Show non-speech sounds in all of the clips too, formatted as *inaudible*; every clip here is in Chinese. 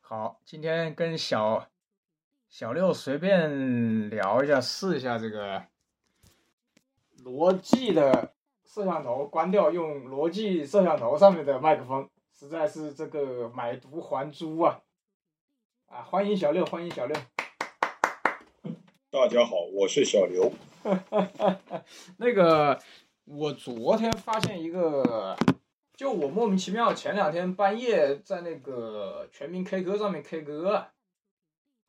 好，今天跟小小六随便聊一下，试一下这个罗技的摄像头关掉，用罗技摄像头上面的麦克风，实在是这个买椟还珠啊！啊，欢迎小六，欢迎小六。大家好，我是小刘。 *laughs* 那个，我昨天发现一个，就我莫名其妙前两天半夜在那个全民 K 歌上面 K 歌，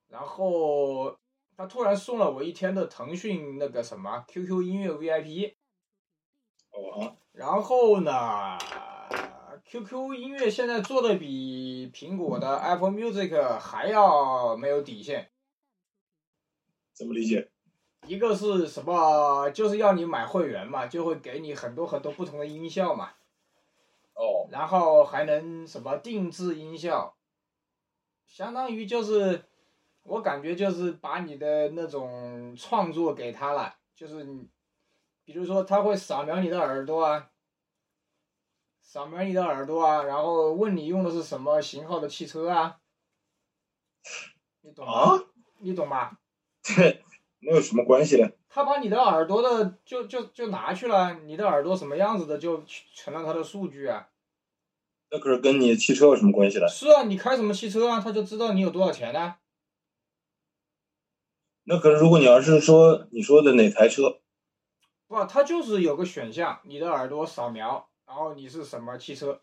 然后他突然送了我一天的腾讯那个什么 QQ 音乐 VIP，哦啊，然后呢，QQ 音乐现在做的比苹果的 Apple Music 还要没有底线。怎么理解？一个是什么？就是要你买会员嘛，就会给你很多很多不同的音效嘛，哦，然后还能什么定制音效，相当于就是，我感觉就是把你的那种创作给他了，就是你，比如说他会扫描你的耳朵啊，扫描你的耳朵啊，然后问你用的是什么型号的汽车啊，你懂吗？啊你懂吧？那有什么关系呢？他把你的耳朵的就就就拿去了，你的耳朵什么样子的就成了他的数据啊。那可是跟你汽车有什么关系呢？是啊，你开什么汽车啊，他就知道你有多少钱呢、那可是如果你要是说你说的哪台车，不，它就是有个选项，你的耳朵扫描，然后你是什么汽车，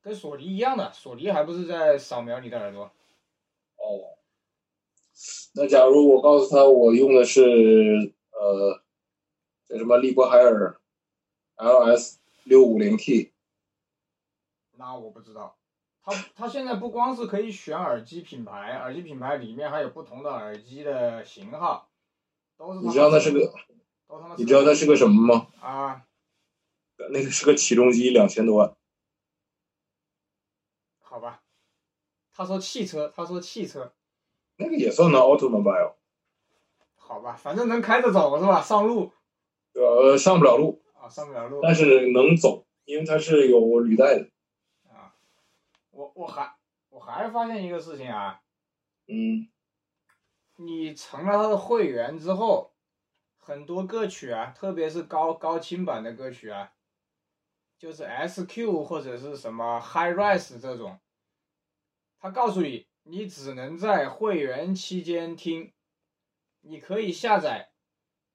跟索尼一样的，索尼还不是在扫描你的耳朵？哦，那假如我告诉他我用的是呃，叫什么利伯海尔 LS 六五零 T，那我不知道。它它现在不光是可以选耳机品牌，耳机品牌里面还有不同的耳机的型号，都是他妈你知道那是个都他妈你知道那是个什么吗？啊？那个是个起重机，两千多万。好吧，他说汽车，他说汽车，那个也算呢 automobile，好吧，反正能开着走是吧？上路呃，上不了路，啊，上不了路但是能走，因为它是有履带的。啊。我我还我还发现一个事情啊，嗯，你成了他的会员之后，很多歌曲啊，特别是高高清版的歌曲啊，就是 SQ 或者是什么 High Rise 这种，他告诉你，你只能在会员期间听，你可以下载，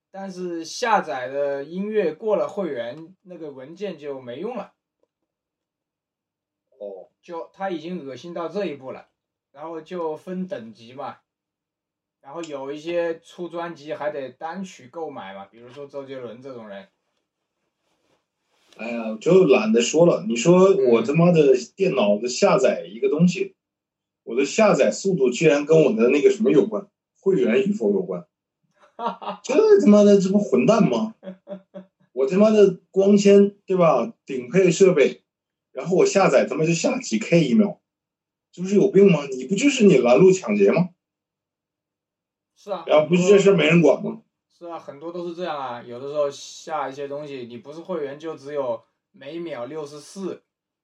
但是下载的音乐过了会员那个文件就没用了。哦。就他已经恶心到这一步了，然后就分等级嘛，然后有一些出专辑还得单曲购买嘛，比如说周杰伦这种人，哎呀，我就懒得说了。你说我他妈的电脑的下载一个东西，我的下载速度居然跟我的那个什么有关，会员与否有 *laughs* 关，这他妈的这不混蛋 *laughs* 吗？我他妈的光纤对吧，顶配设备，然后我下载他妈就下几 K 一秒，这不是有病吗？你不就是你拦路抢劫吗？是啊，然后不是这事儿没人管吗？是啊，很多都是这样啊，有的时候下一些东西，你不是会员就只有每秒六十四，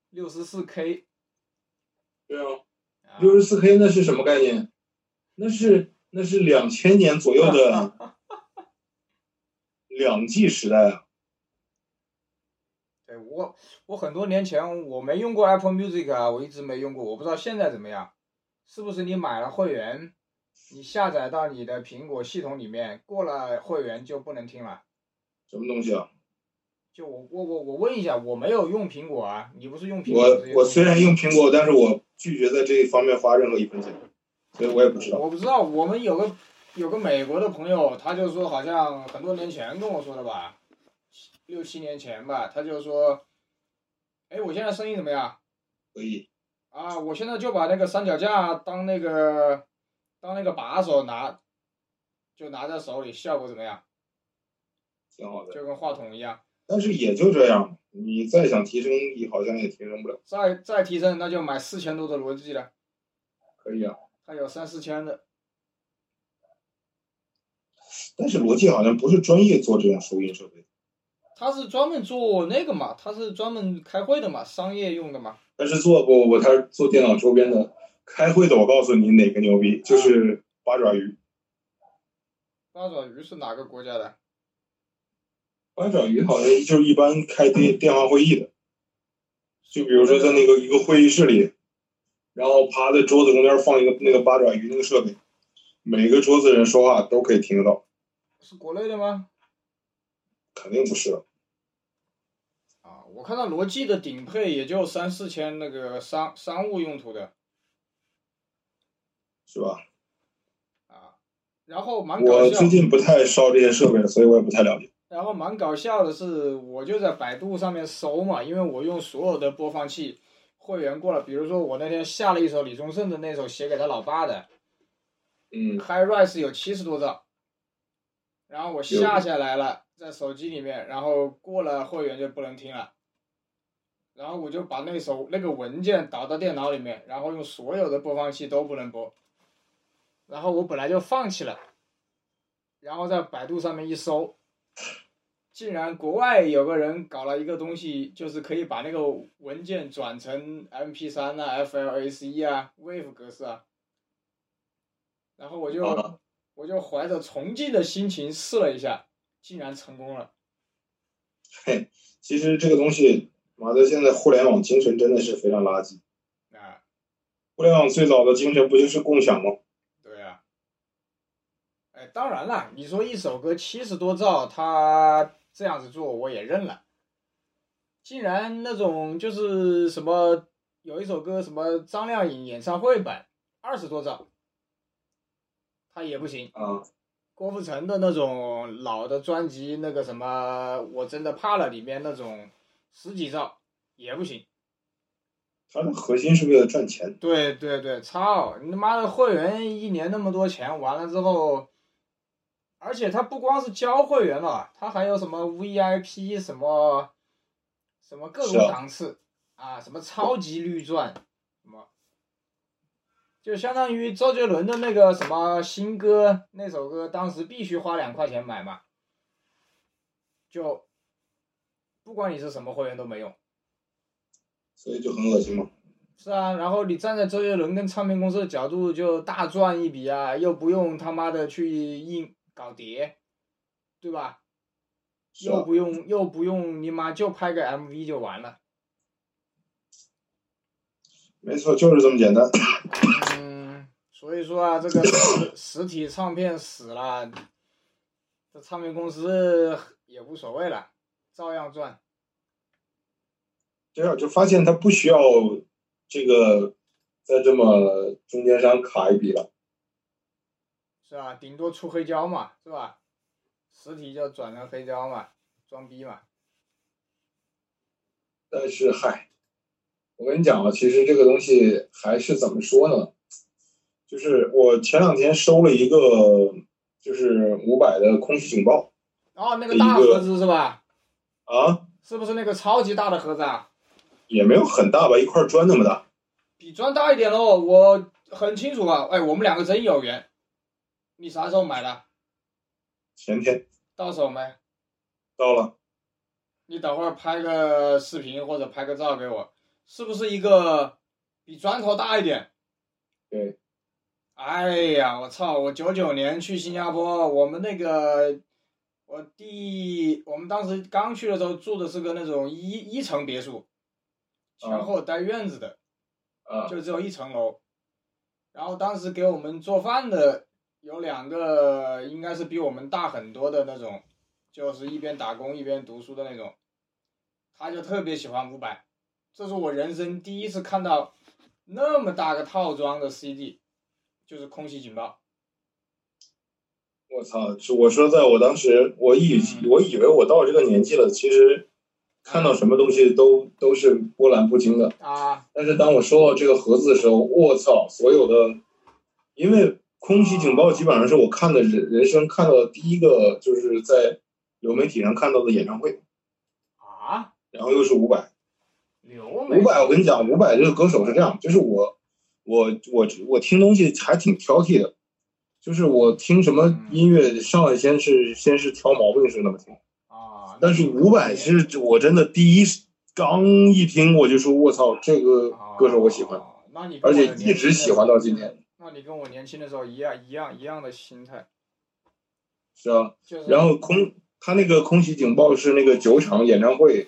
六十四 K，对啊，啊，六十四 K 那是什么概念？那是那是两千年左右 *laughs* 的两 G 时代啊！对我我很多年前我没用过 Apple Music 啊，我一直没用过，我不知道现在怎么样，是不是你买了会员？你下载到你的苹果系统里面，过了会员就不能听了。什么东西啊？就我我我我问一下，我没有用苹果啊，你不是用苹果？我我虽然用苹果，但是我拒绝在这一方面花任何一分钱，所以我也不知道。我不知道，我们有个有个美国的朋友，他就说好像很多年前跟我说的吧，六七年前吧，他就说，哎，我现在生意怎么样所以啊？我现在就把那个三脚架当那个当那个把手拿，就拿在手里，效果怎么样？挺好的，就跟话筒一样。但是也就这样，你再想提升，也好像也提升不了。再再提升，那就买四千多的罗技了，可以啊，它有三四千的。但是罗技好像不是专业做这种收音设备，他是专门做那个嘛，他是专门开会的嘛，商业用的嘛。但是做不不，它是做电脑周边的，开会的我告诉你哪个牛逼，就是八爪鱼。八爪鱼是哪个国家的？八爪鱼好像就是一般开电电话会议的，就比如说在那个一个会议室里，然后趴在桌子中间放一个那个八爪鱼那个设备，每个桌子人说话都可以听得到，是国内的吗？肯定不是了。啊，我看到罗技的顶配也就三四千那个商商务用途的是吧？啊，然后蛮搞我笑最。近不太烧这些设备了，所以我也不太了解。然后蛮搞笑的是，我就在百度上面搜嘛，因为我用所有的播放器会员过了，比如说我那天下了一首李宗盛的那首写给他老爸的《嗯 High Rise》，有七十多兆，然后我下下来了，在手机里面，然后过了会员就不能听了，然后我就把那首那个文件导到电脑里面，然后用所有的播放器都不能播，然后我本来就放弃了，然后在百度上面一搜，竟然国外有个人搞了一个东西，就是可以把那个文件转成 MP 三啊、FLAC 啊、WAV 格式啊。然后我就、啊我就怀着崇敬的心情试了一下，竟然成功了。嘿，其实这个东西，妈的，现在互联网精神真的是非常垃圾。啊，互联网最早的精神不就是共享吗？对啊。哎，当然了，你说一首歌七十多兆，他这样子做我也认了。竟然那种就是什么有一首歌什么张靓颖演唱会版二十多兆，他也不行。啊，郭富城的那种老的专辑，那个什么我真的怕了里面那种十几兆也不行。它的核心是为了赚钱。对对对，操！你他妈的会员一年那么多钱，完了之后，而且他不光是交会员了，他还有什么 VIP 什么什么各种是啊档次啊，什么超级绿钻，什么，就相当于周杰伦的那个什么新歌那首歌，当时必须花两块钱买嘛，就不管你是什么会员都没用。所以就很恶心嘛。是啊，然后你站在周杰伦跟唱片公司的角度，就大赚一笔啊，又不用他妈的去印搞碟，对吧？是啊又吧？不用又不用你妈就拍个 MV 就完了。没错，就是这么简单。嗯，所以说啊，这个实实体唱片死了，这唱片公司也无所谓了，照样赚。对啊，就发现它不需要这个再这么中间商卡一笔了。是吧？顶多出黑胶嘛，是吧？实体就转成黑胶嘛，装逼嘛。但是嗨，我跟你讲啊，其实这个东西还是怎么说呢？就是我前两天收了一个，就是五百的空气警报然后哦那个大盒子是吧？啊，是不是那个超级大的盒子啊？也没有很大吧，一块砖那么大。比砖大一点喽，我很清楚啊。哎，我们两个真有缘。你啥时候买的？前天到手没？到了，你等会儿拍个视频或者拍个照给我，是不是一个比砖头大一点？对。哎呀，我操！我九九年去新加坡，我们那个我第我们当时刚去的时候住的是个那种一一层别墅，前后带院子的。啊，就只有一层楼。然后当时给我们做饭的有两个，应该是比我们大很多的那种，就是一边打工一边读书的那种。他就特别喜欢伍佰，这是我人生第一次看到那么大个套装的 CD，就是空袭警报。我操！就我说，在我当时，我以嗯我以为我到这个年纪了，其实看到什么东西都都是波澜不惊的。啊，但是当我收到这个盒子的时候，我操！所有的，因为空袭警报基本上是我看的人人生看到的第一个，就是在流媒体上看到的演唱会，啊，然后又是伍佰。刘美伍佰，我跟你讲，伍佰这个歌手是这样，就是我我我我听东西还挺挑剔的，就是我听什么音乐上来先是先是挑毛病是那么听。啊，但是伍佰是我真的第一刚一听我就说我操，这个歌手我喜欢。哦。那你而且一直喜欢到今天，那你跟我年轻的时候一样一样一样的心态，是吧？就是然后空他那个空袭警报是那个九场演唱会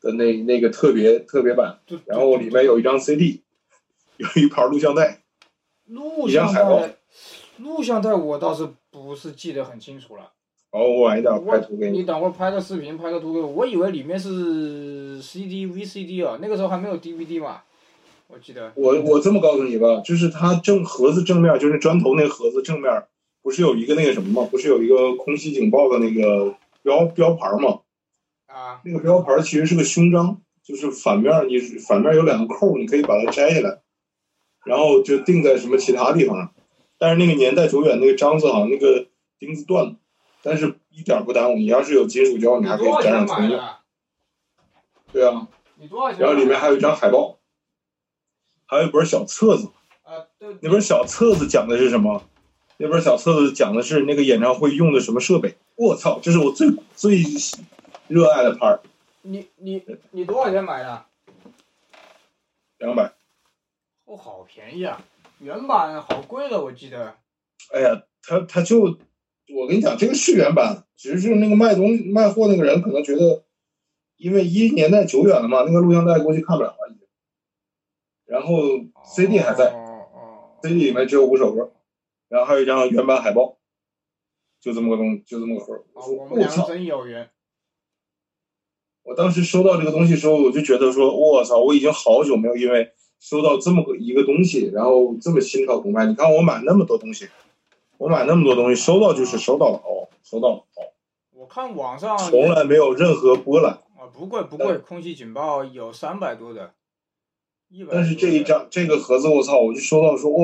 的那那个特别特别版，就然后里面有一张 CD，有一盘录像带，录一张像海报带，录像带我倒是不是记得很清楚了。然后我晚一点我拍图给你你。等会儿拍个视频，拍个图给我。我以为里面是 CD、VCD 啊，那个时候还没有 DVD 嘛，我记得。我我这么告诉你吧，就是它正盒子正面，就是砖头那盒子正面，不是有一个那个什么吗？不是有一个空袭警报的那个标标牌吗？啊，那个标牌其实是个胸章，就是反面你反面有两个扣，你可以把它摘下来，然后就钉在什么其他地方。但是那个年代久远，那个章子好像那个钉子断了，但是一点儿不耽误。你要是有金属胶，你你还可多以少粘上钱买重用。的？啊对啊，你多少钱买的？然后里面还有一张海报，还有一本小册子。啊，对，那本小册子讲的是什么？那本小册子讲的是那个演唱会用的什么设备。我操，这是我最最热爱的拍儿，你你你多少钱买的？两百。哦，好便宜啊！原版好贵的，我记得。哎呀，他他就，我跟你讲，这个是原版，只是那个卖东卖货那个人可能觉得，因为一年代久远了嘛，那个录像带估计看不了了已经。然后 CD 还在、哦哦。 c d 里面只有五首歌，然后还有一张原版海报，就这么个东，就这么个盒儿。我啊，说我们我两个操！真有缘。我当时收到这个东西的时候，我就觉得说，我操，我已经好久没有因为收到这么个一个东西，然后这么心潮澎湃。你看我买那么多东西，我买那么多东西，收到就是收到了哦，收到了哦，我看网上从来没有任何波澜。啊，不贵不贵，空气警报有三百多的，一百。但是这一张这个盒子，我操，我就收到说，哇，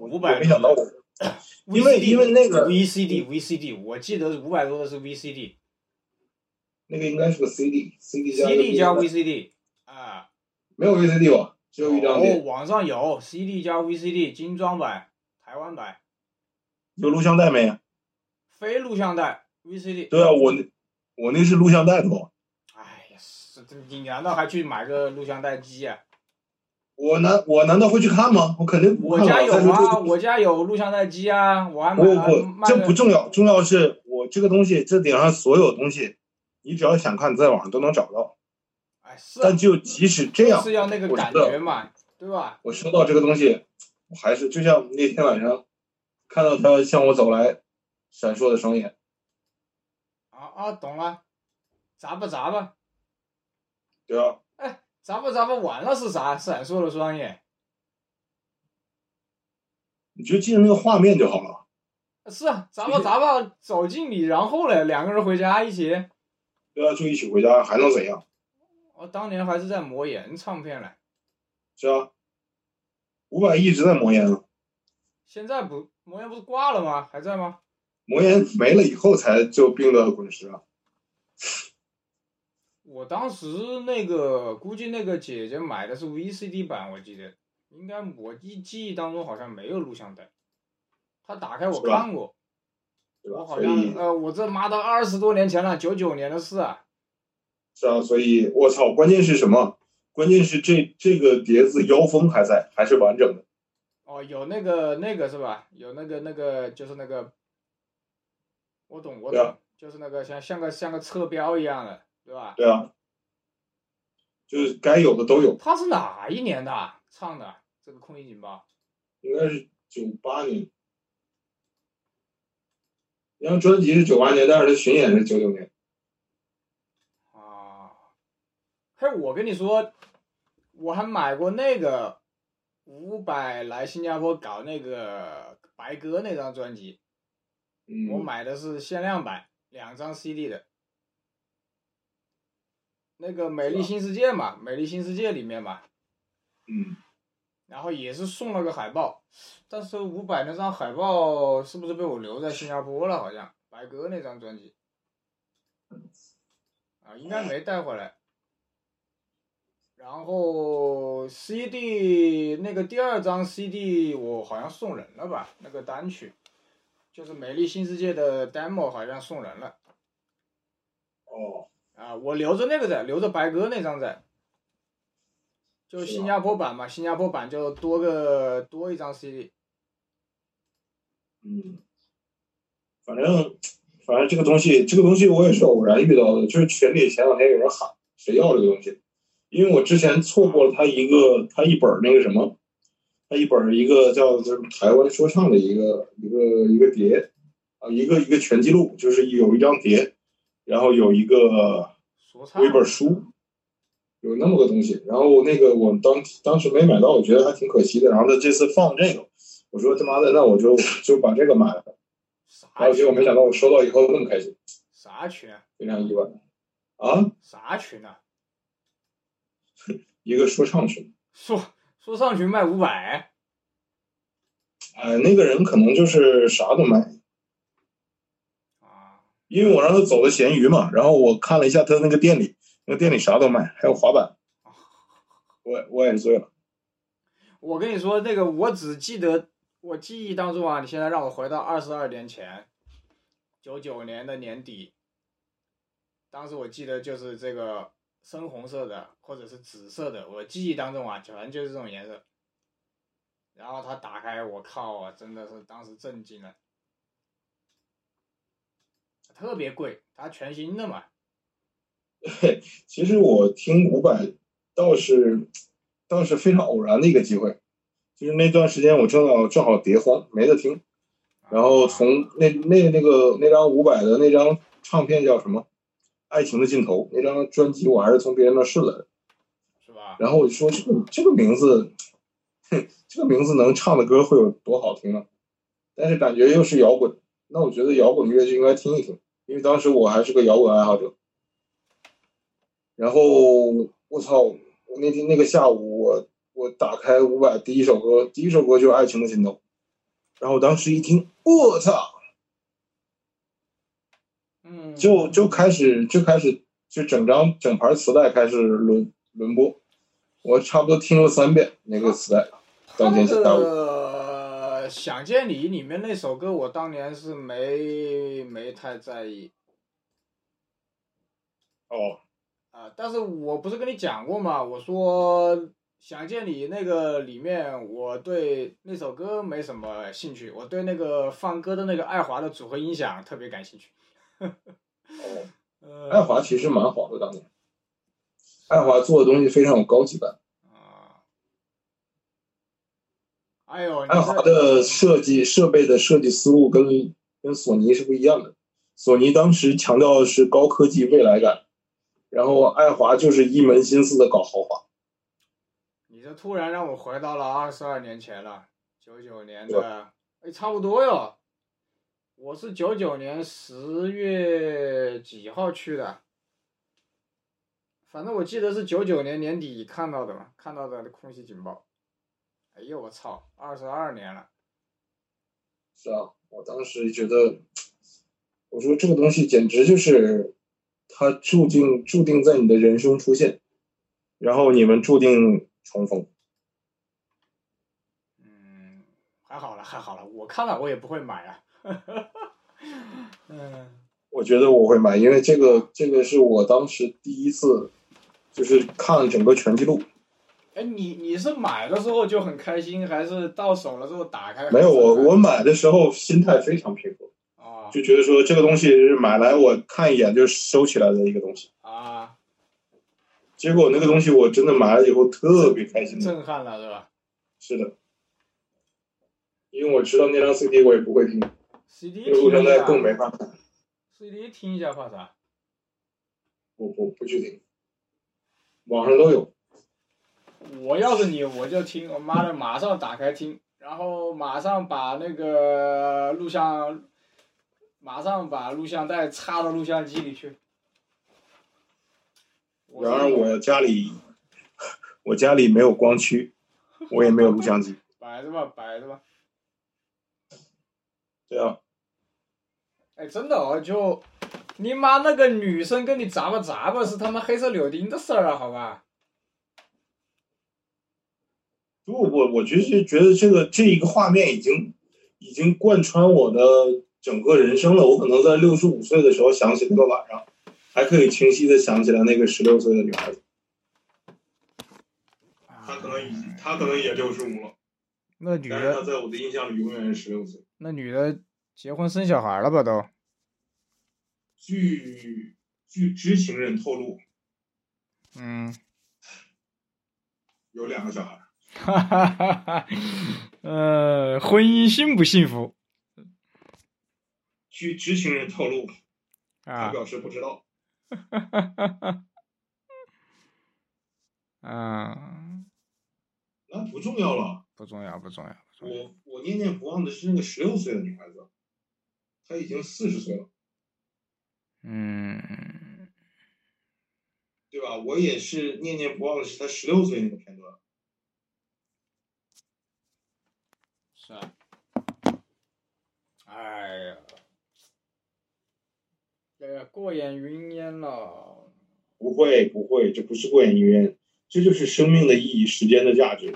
我我500没想到我，因为 VCD 因为那个嗯 VCD VCD，我记得是五百多的是 VCD，CD 那个应该是个 CD，CD 加一个加 VCD VCD 啊，没有 VCD 吧？只有一张哦碟，，网上有 CD 加 VCD 精装版、台湾版、有录像带没？啊非录像带 VCD。对啊，我那我那是录像带头，哎呀，是这你难道还去买个录像带机啊？我难我难道会去看吗？我肯定不我看家啊。有再说这啊，我家有录像带机啊，我还买不了不，卖这了不重要，重要是我这个东西，这顶上所有东西，你只要想看，在网上都能找到。哎是啊但就即使这样是，要那个我感知道觉嘛，对吧？我收到这个东西，我还是就像那天晚上看到他向我走来，闪烁的双眼，啊啊，懂了，砸吧砸吧，对吧？砸吧砸吧，完了是啥？闪烁的双眼。你就记得那个画面就好了。是啊，砸吧砸吧，走进你，然后嘞，两个人回家一起。对啊，就一起回家，还能怎样？我当年还是在魔岩唱片嘞，是吧？伍佰一直在魔岩啊，现在不魔岩不是挂了吗？还在吗？魔岩没了以后才就病得滚石啊。我当时那个估计那个姐姐买的是 VCD 版，我记得应该我记记忆当中好像没有录像带，她打开我是吧看过，对吧我？好所像以呃，我这妈都二十多年前了，九九年的事啊，是啊，所以我操，关键是什么？关键是这这个碟子腰封还在，还是完整的。哦，有那个那个是吧？有那个那个就是那个，我懂我对啊懂，就是那个像像个像个侧标一样的，对吧？对啊，就是该有的都有，他是哪一年的啊唱的这个《空袭警报应该是九八年。然后专辑是九八年，但是他巡演是九九年。》啊？嘿，我跟你说，我还买过那个伍佰来新加坡搞那个白鸽那张专辑，我嗯，买的是限量版，两张 CD 的。那个《美丽新世界》嘛，《美丽新世界》里面嘛，嗯，然后也是送了个海报，但是伍佰那张海报是不是被我留在新加坡了？好像白鸽那张专辑，啊，应该没带回来。然后 CD 那个第二张 CD 我好像送人了吧？那个单曲，就是《美丽新世界》的 demo 好像送人了哦，啊，我留着那个在，留着白鸽那张在。就新加坡版嘛，新加坡版就多个多一张 CD。嗯，反正反正这个东西，这个东西我也是偶然遇到的，就是群里前两天有人喊谁要这个东西，因为我之前错过了他一个他一本那个什么，他一本一个叫就是台湾说唱的一个一个一个碟啊，一个一个全记录，就是有一张碟，然后有一个说唱有一本书。有那么个东西，然后那个我当当时没买到，我觉得还挺可惜的。然后他这次放这个，我说他妈的，那我就就把这个买了。啥然后结果没群想啊？到我收到以后那么开心，啥群啊？非常意外。啊，啥群啊？一个说唱群，说说上群卖五百，哎，那个人可能就是啥都卖，啊，因为我让他走的闲鱼嘛。然后我看了一下他那个店里，那个店里啥都卖，还有滑板。我我也醉了，我跟你说，这个我只记得我记忆当中啊，你现在让我回到二十二年前，九九年的年底，当时我记得就是这个深红色的或者是紫色的，我记忆当中啊，反正就是这种颜色。然后他打开，我靠啊，真的是当时震惊了，特别贵，它全新的嘛，其实我听伍佰倒是倒是非常偶然的一个机会，就是那段时间我正好正好叠荒，没得听。然后啊从那那那个那张伍佰的那张唱片叫什么，《爱情的尽头》那张专辑，我还是从别人那试来的。是吧？然后我就说这个这个名字，哼，这个名字能唱的歌会有多好听啊？但是感觉又是摇滚，那我觉得摇滚乐就应该听一听，因为当时我还是个摇滚爱好者。然后我操，我那天那个下午我我打开伍佰第一首歌，第一首歌就是《爱情的尽头》，然后我当时一听，我操！嗯，就就开始就开始就整张整盘磁带开始轮轮播，我差不多听了三遍那个磁带。他当那天是大陆个《想见你》里面那首歌，我当年是没没太在意哦，啊、但是我不是跟你讲过吗？我说《想见你》那个里面，我对那首歌没什么兴趣，我对那个放歌的那个爱华的组合音响特别感兴趣。 *laughs* 呃爱华其实蛮好的，当年爱华做的东西非常有高级感。啊，哎呦，你爱华的设计设备的设计思路跟跟索尼是不一样的，索尼当时强调的是高科技未来感，然后爱华就是一门心思的搞豪华。你这突然让我回到了二十二年前了，九九年的，哎，差不多哟。我是九九年十月几号去的，反正我记得是九九年年底看到的嘛，看到的空袭警报。哎呦我操，二十二年了，是啊，我当时觉得，我说这个东西简直就是，它注定注定在你的人生出现，然后你们注定重逢。嗯，还好了还好了，我看了我也不会买啊。嗯，我觉得我会买，因为这个这个是我当时第一次，就是看整个全记录。哎，你你是买的时候就很开心，还是到手了之后打开？没有我我买的时候心态非常平和，啊就觉得说这个东西是买来我看一眼就收起来的一个东西。啊，结果那个东西我真的买了以后特别开心的，震撼了是吧是的，因为我知道那张 CD 我也不会听。 ？CD 这个录听像一带下更没办法， ，CD 听一下怕啥？我我不去听，网上都有。我要是你，我就听，我妈的，马上打开听，然后马上把那个录像，马上把录像带插到录像机里去。然而我家里， *laughs* 我家里没有光驱，我也没有录像机。摆着吧，摆着吧。对啊，哎，真的哦，就你妈那个女生跟你砸吧砸吧，是他妈黑色柳丁的事儿啊，好吧？不不，我就是觉得这个这一个画面已经已经贯穿我的整个人生了。我可能在六十五岁的时候想起那个晚上，还可以清晰的想起来那个十六岁的女孩子。啊，他可能已他可能也六十五了，那女但是他的，在我的印象里永远是十六岁。那女的结婚生小孩了吧都？据据知情人透露，嗯，有两个小孩。哈哈哈哈， *laughs* 呃，婚姻幸不幸福据知情人透露，他啊？表示不知道。哈哈哈，嗯，那不重要了。不重要，不重要，不重要。我我念念不忘的是那个十六岁的女孩子，她已经四十岁了，嗯，对吧？我也是念念不忘的是她十六岁那个片段。是啊。哎呀，这个过眼云烟了。不会，不会，这不是过眼云烟，这就是生命的意义，时间的价值。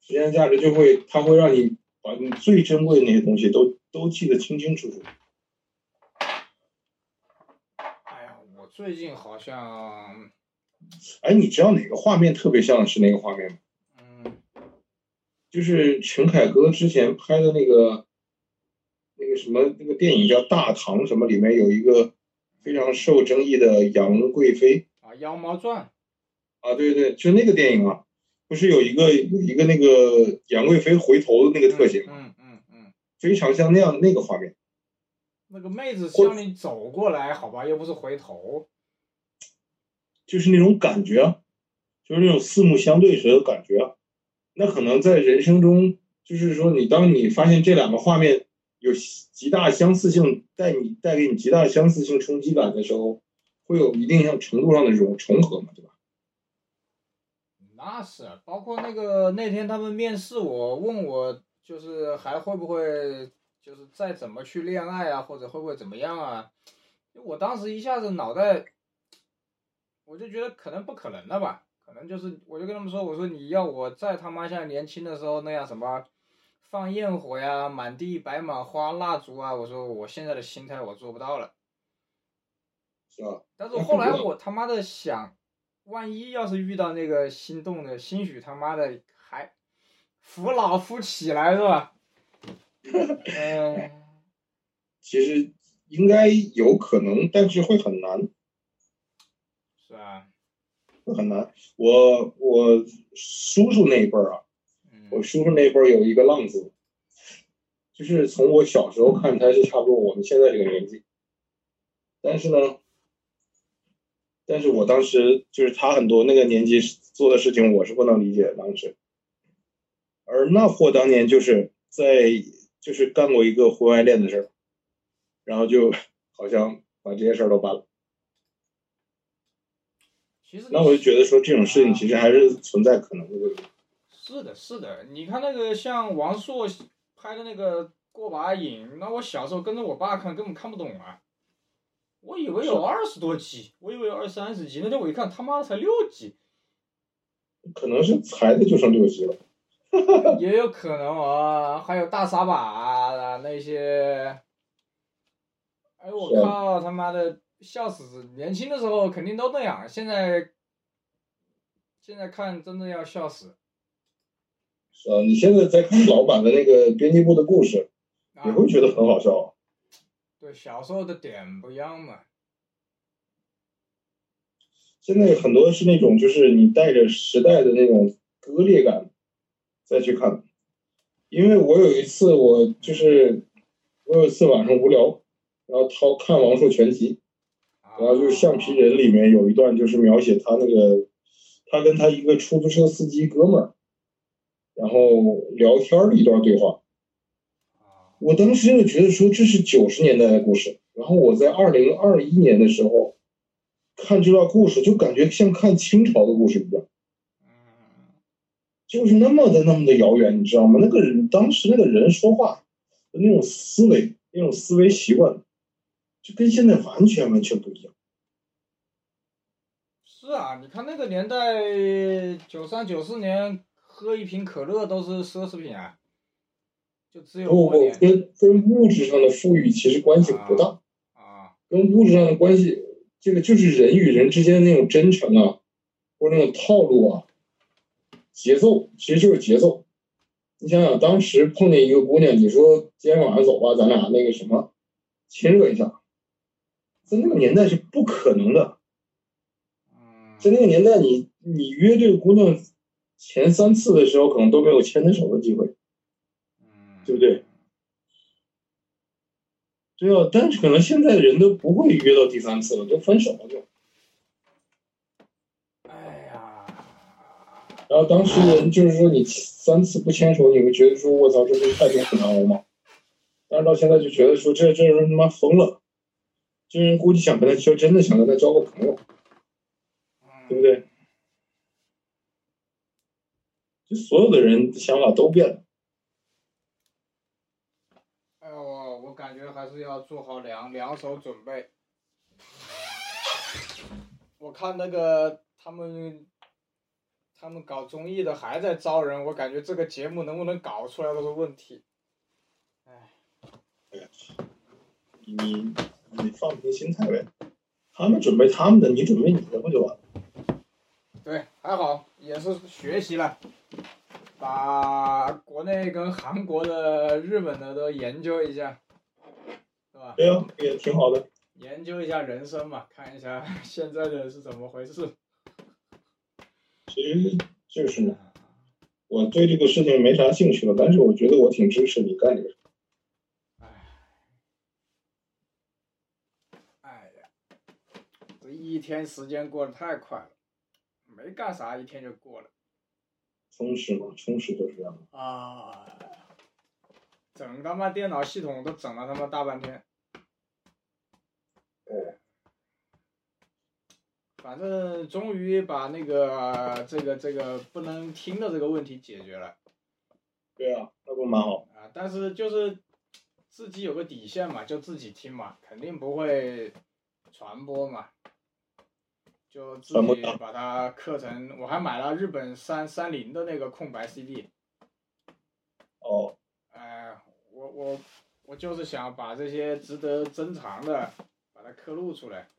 时间的价值就会，它会让你把你最珍贵的那些东西都都记得清清楚楚。哎呀，我最近好像，哎，你知道哪个画面特别像是那个画面吗？嗯，就是陈凯歌之前拍的那个那个什么那个电影叫《大唐》什么，里面有一个非常受争议的杨贵妃啊，《妖猫传》啊，对对，就那个电影啊，不是有一个有一个那个杨贵妃回头的那个特写吗，嗯嗯嗯，非常像那样那个画面。那个妹子或向你走过来，好吧，又不是回头。就是那种感觉啊，就是那种四目相对时的感觉啊。那可能在人生中，就是说你当你发现这两个画面有极大相似性，带你带给你极大相似性冲击感的时候，会有一定上程度上的这种重合嘛，对吧？那是，啊包括那个那天他们面试我，问我就是还会不会，就是再怎么去恋爱啊，或者会不会怎么样啊？我当时一下子脑袋，我就觉得可能不可能了吧，可能就是我就跟他们说，我说你要我再他妈像年轻的时候那样什么放焰火呀，满地摆满花蜡烛啊，我说我现在的心态我做不到了。是吧？但是我后来我他妈的想，万一要是遇到那个心动的，兴许他妈的还扶老扶起来是 *laughs* 吧？嗯，其实应该有可能，但是会很难，是吧？会很难。我我叔叔那一辈儿啊，嗯我叔叔那辈儿有一个浪子，就是从我小时候看他是差不多我们现在这个年纪，但是呢，但是我当时就是他很多那个年纪做的事情，我是不能理解的当时。而那货当年就是在就是干过一个婚外恋的事儿，然后就好像把这些事儿都办了。其实你那我就觉得说这种事情其实还是存在可能的，对不对？是的，是的。你看那个像王朔拍的那个《过把瘾》，那我小时候跟着我爸看，根本看不懂啊。我以为有二十多集，我以为有二三十集，那天我一看，他妈的才六集。可能是裁的就剩六级了。 *laughs* 也有可能啊，还有大撒把啊那些，哎我是靠他妈的笑死！年轻的时候肯定都那样，现在现在看真的要笑死是啊，你现在在看老版的那个编辑部的故事，啊也！会觉得很好笑。啊对，小时候的点不一样嘛，现在很多是那种，就是你带着时代的那种割裂感再去看。因为我有一次，我就是我有一次晚上无聊，然后掏看王朔全集，啊然后就是《橡皮人》里面有一段就是描写他那个，他跟他一个出租车司机哥们儿，然后聊天儿的一段对话。啊我当时就觉得说这是九十年代的故事，然后我在二零二一年的时候看这段故事，就感觉像看清朝的故事一样，嗯，就是那么的那么的遥远，你知道吗？那个人当时那个人说话的那种思维、那种思维习惯，就跟现在完全完全不一样。是啊，你看那个年代，九三九四年喝一瓶可乐都是奢侈品啊，就只有不过不，年跟跟物质上的富裕其实关系不大。啊，跟物质上的关系，这个就是人与人之间的那种真诚啊，或者那种套路啊，节奏其实就是节奏。你想想，当时碰见一个姑娘，你说今天晚上走吧，咱俩那个什么，亲热一下，在那个年代是不可能的。嗯在那个年代你，你约这个姑娘前三次的时候，可能都没有牵她手的机会，嗯，对不对？对啊，但是可能现在人都不会约到第三次了，就分手了就。哎呀，然后当事人就是说你三次不牵手，你会觉得说我操，这不是太痛苦难熬吗？但是到现在就觉得说这这人他妈疯了，这人估计想跟他交，真的想跟他交个朋友，对不对？就所有的人的想法都变了，哎呦，我我感觉还是要做好两两手准备。我看那个他们，他们搞综艺的还在招人，我感觉这个节目能不能搞出来都是问题。你你你放平心态呗，他们准备他们的，你准备你的不就完了？对，还好也是学习了，把国内跟韩国的、日本的都研究一下，是吧？对啊，也挺好的。研究一下人生嘛，看一下现在的是怎么回事。其实就是呢，我对这个事情没啥兴趣了，但是我觉得我挺支持你干这个事。哎呀，这一天时间过得太快了，没干啥，一天就过了充实嘛，充实就是这样。啊！整他妈电脑系统都整了他妈大半天。反正终于把那个这个这个不能听的这个问题解决了。对啊，那不蛮好？啊，但是就是自己有个底线嘛，就自己听嘛，肯定不会传播嘛，就自传播己把它刻成。我还买了日本三三菱的那个空白 CD，哦，呃，我我我就是想把这些值得珍藏的把它刻录出来，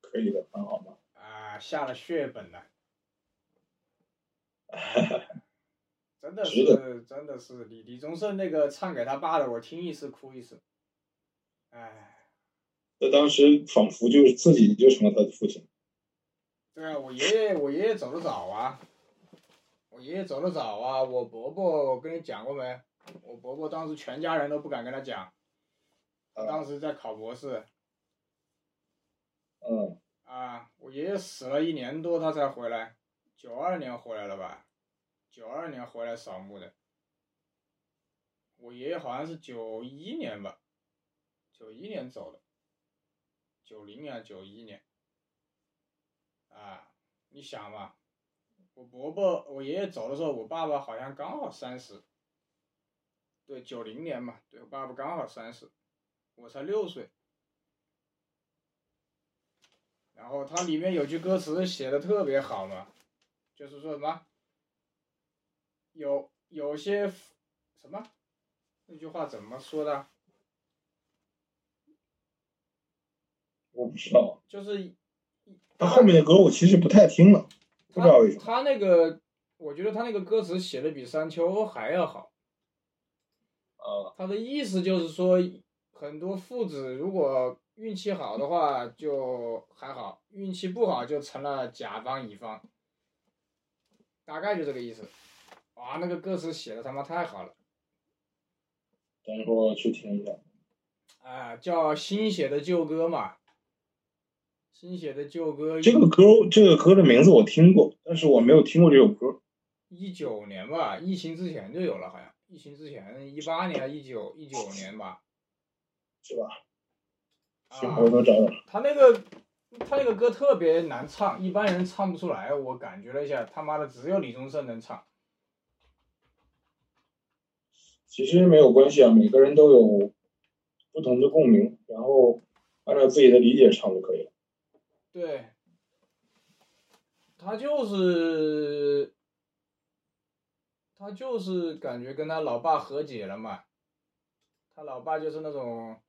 可以的，蛮好的。啊、下了血本了。真的值是，真的是李李宗盛那个唱给他爸的，我听一次哭一次，哎。那当时仿佛就是自己就成了他的父亲。对啊，我爷爷我爷爷走的早啊，我爷爷走的早啊。我伯伯，我跟你讲过没？我伯伯当时全家人都不敢跟他讲，他当时在考博士嗯，啊。我爷爷死了一年多，他才回来，九二年回来了吧？九二年回来扫墓的。我爷爷好像是九一年吧，九一年走的，九零年九一年，啊，你想嘛，我伯伯我爷爷走的时候，我爸爸好像刚好三十，对，九零年嘛，对我爸爸刚好三十，我才六岁。然后它里面有句歌词写的特别好嘛，就是说什么，有有些什么那句话怎么说的？我不知道。就是他后面的歌我其实不太听了，不知道为什么。他那个，我觉得他那个歌词写的比山丘还要好。啊，他的意思就是说，很多父子如果运气好的话就还好，运气不好就成了甲方乙方，大概就这个意思。哇，那个歌词写的他妈太好了，等会儿我去听一下。啊、叫新写的旧歌嘛，新写的旧歌，这个歌，这个歌的名字我听过，但是我没有听过这首歌。一九年吧，疫情之前就有了，好像疫情之前一八年、啊一九一九年吧，是吧？啊行，回头找找。他那个他那个歌特别难唱，一般人唱不出来。我感觉了一下，他妈的只有李宗盛能唱。其实没有关系啊，每个人都有不同的共鸣，然后按照自己的理解唱就可以了。对，他就是他就是感觉跟他老爸和解了嘛。他老爸就是那种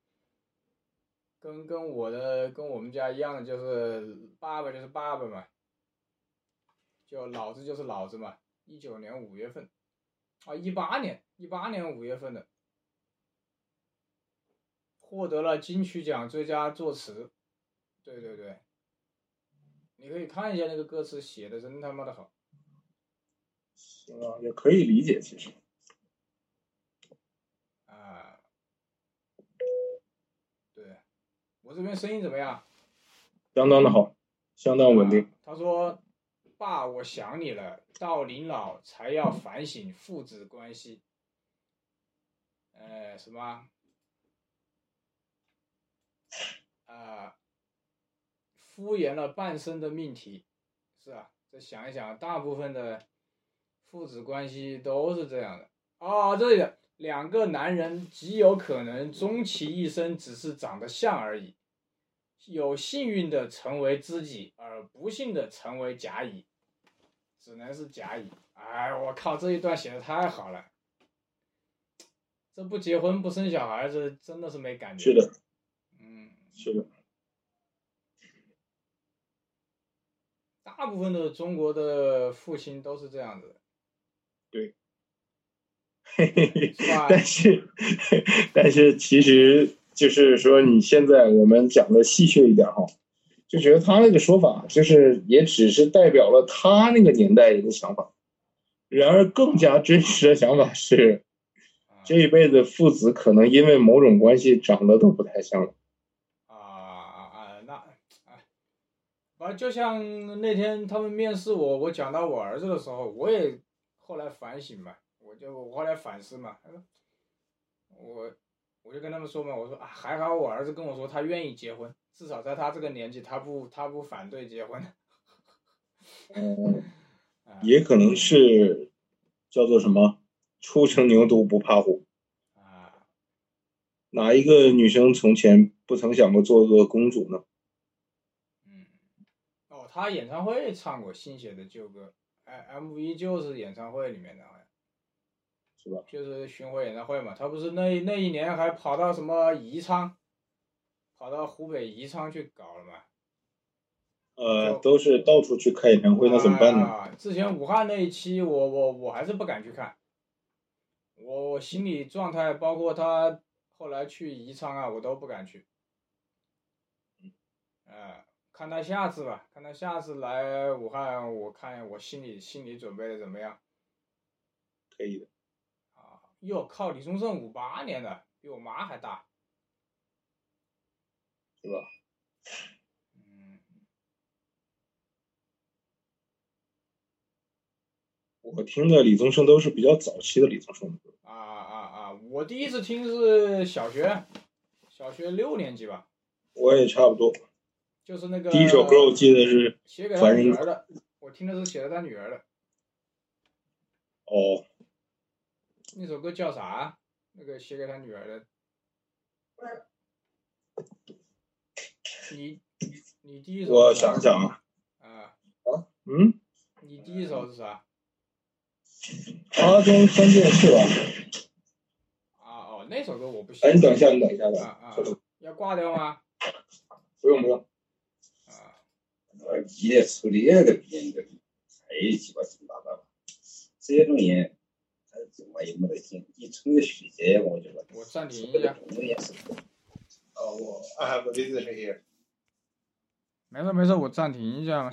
跟跟我的跟我们家一样，就是爸爸就是爸爸嘛，就老子就是老子嘛，一九年五月份，啊，一八年一八年五月份的，获得了金曲奖最佳作词，对对对，你可以看一下那个歌词写的真他妈的好，行啊，也可以理解，其实。啊，对，我这边声音怎么样？相当的好，相当稳定。他说：“爸，我想你了，到临老才要反省父子关系。”呃，什么啊？呃，敷衍了半生的命题，是啊，这想一想，大部分的父子关系都是这样的。哦，这里的两个男人极有可能终其一生只是长得像而已。有幸运的成为知己，而不幸的成为甲乙，只能是甲乙。哎，我靠，这一段写的太好了。这不结婚不生小孩，这真的是没感觉。是的，嗯，是的， *laughs* 大部分的中国的父亲都是这样子的， *laughs* 嘿嘿嘿。是吧？ *laughs* 但是，但是其实就是说，你现在我们讲的戏谑一点哈，就觉得他那个说法，就是也只是代表了他那个年代人的想法。然而，更加真实的想法是，啊这一辈子父子可能因为某种关系长得都不太像了。啊啊，那哎，反正就像那天他们面试我，我讲到我儿子的时候，我也后来反省嘛，我就我后来反思嘛，我我就跟他们说嘛，我说啊，还好我儿子跟我说他愿意结婚，至少在他这个年纪，他不他不反对结婚。 *laughs* 嗯，啊也可能是叫做什么“初生牛犊不怕虎啊，”，哪一个女生从前不曾想过做个公主呢？嗯，哦，他演唱会唱过新写的旧歌，哎，MV 就是演唱会里面的，好像。是吧？就是巡回演唱会嘛，他不是那那一年还跑到什么宜昌，跑到湖北宜昌去搞了嘛？呃，都是到处去开演唱会，那怎么办呢？啊之前武汉那一期我，我我还是不敢去看，我我心理状态，包括他后来去宜昌啊，我都不敢去。嗯呃，看他下次吧，看他下次来武汉，我看我心里心理准备的怎么样。可以的，啊，哟靠，李宗盛五八年的，比我妈还大。是吧？嗯，我听的李宗盛都是比较早期的李宗盛的歌，啊啊啊！我第一次听是小学，小学六年级吧，我也差不多。就是那个第一首歌我记得是写给他女儿的，我听的是写给他女儿的哦，那首歌叫啥？那个写给他女儿的。你你第一首我是啥想想啊，啊，嗯，你第一首是啥？阿中三件事吧。啊哦，那首歌我不喜哎，欢。你等一下，你等一下啊吧，啊！啊要挂掉吗？不用不用。啊。呃，一列处理那个编一个，还有鸡巴七八糟吧。这种人，他怎么也没得劲。一成了虚邪，我就说。我暂停一下。我也是。哦，我 I have a visitor here。没事没事，我暂停一下嘛。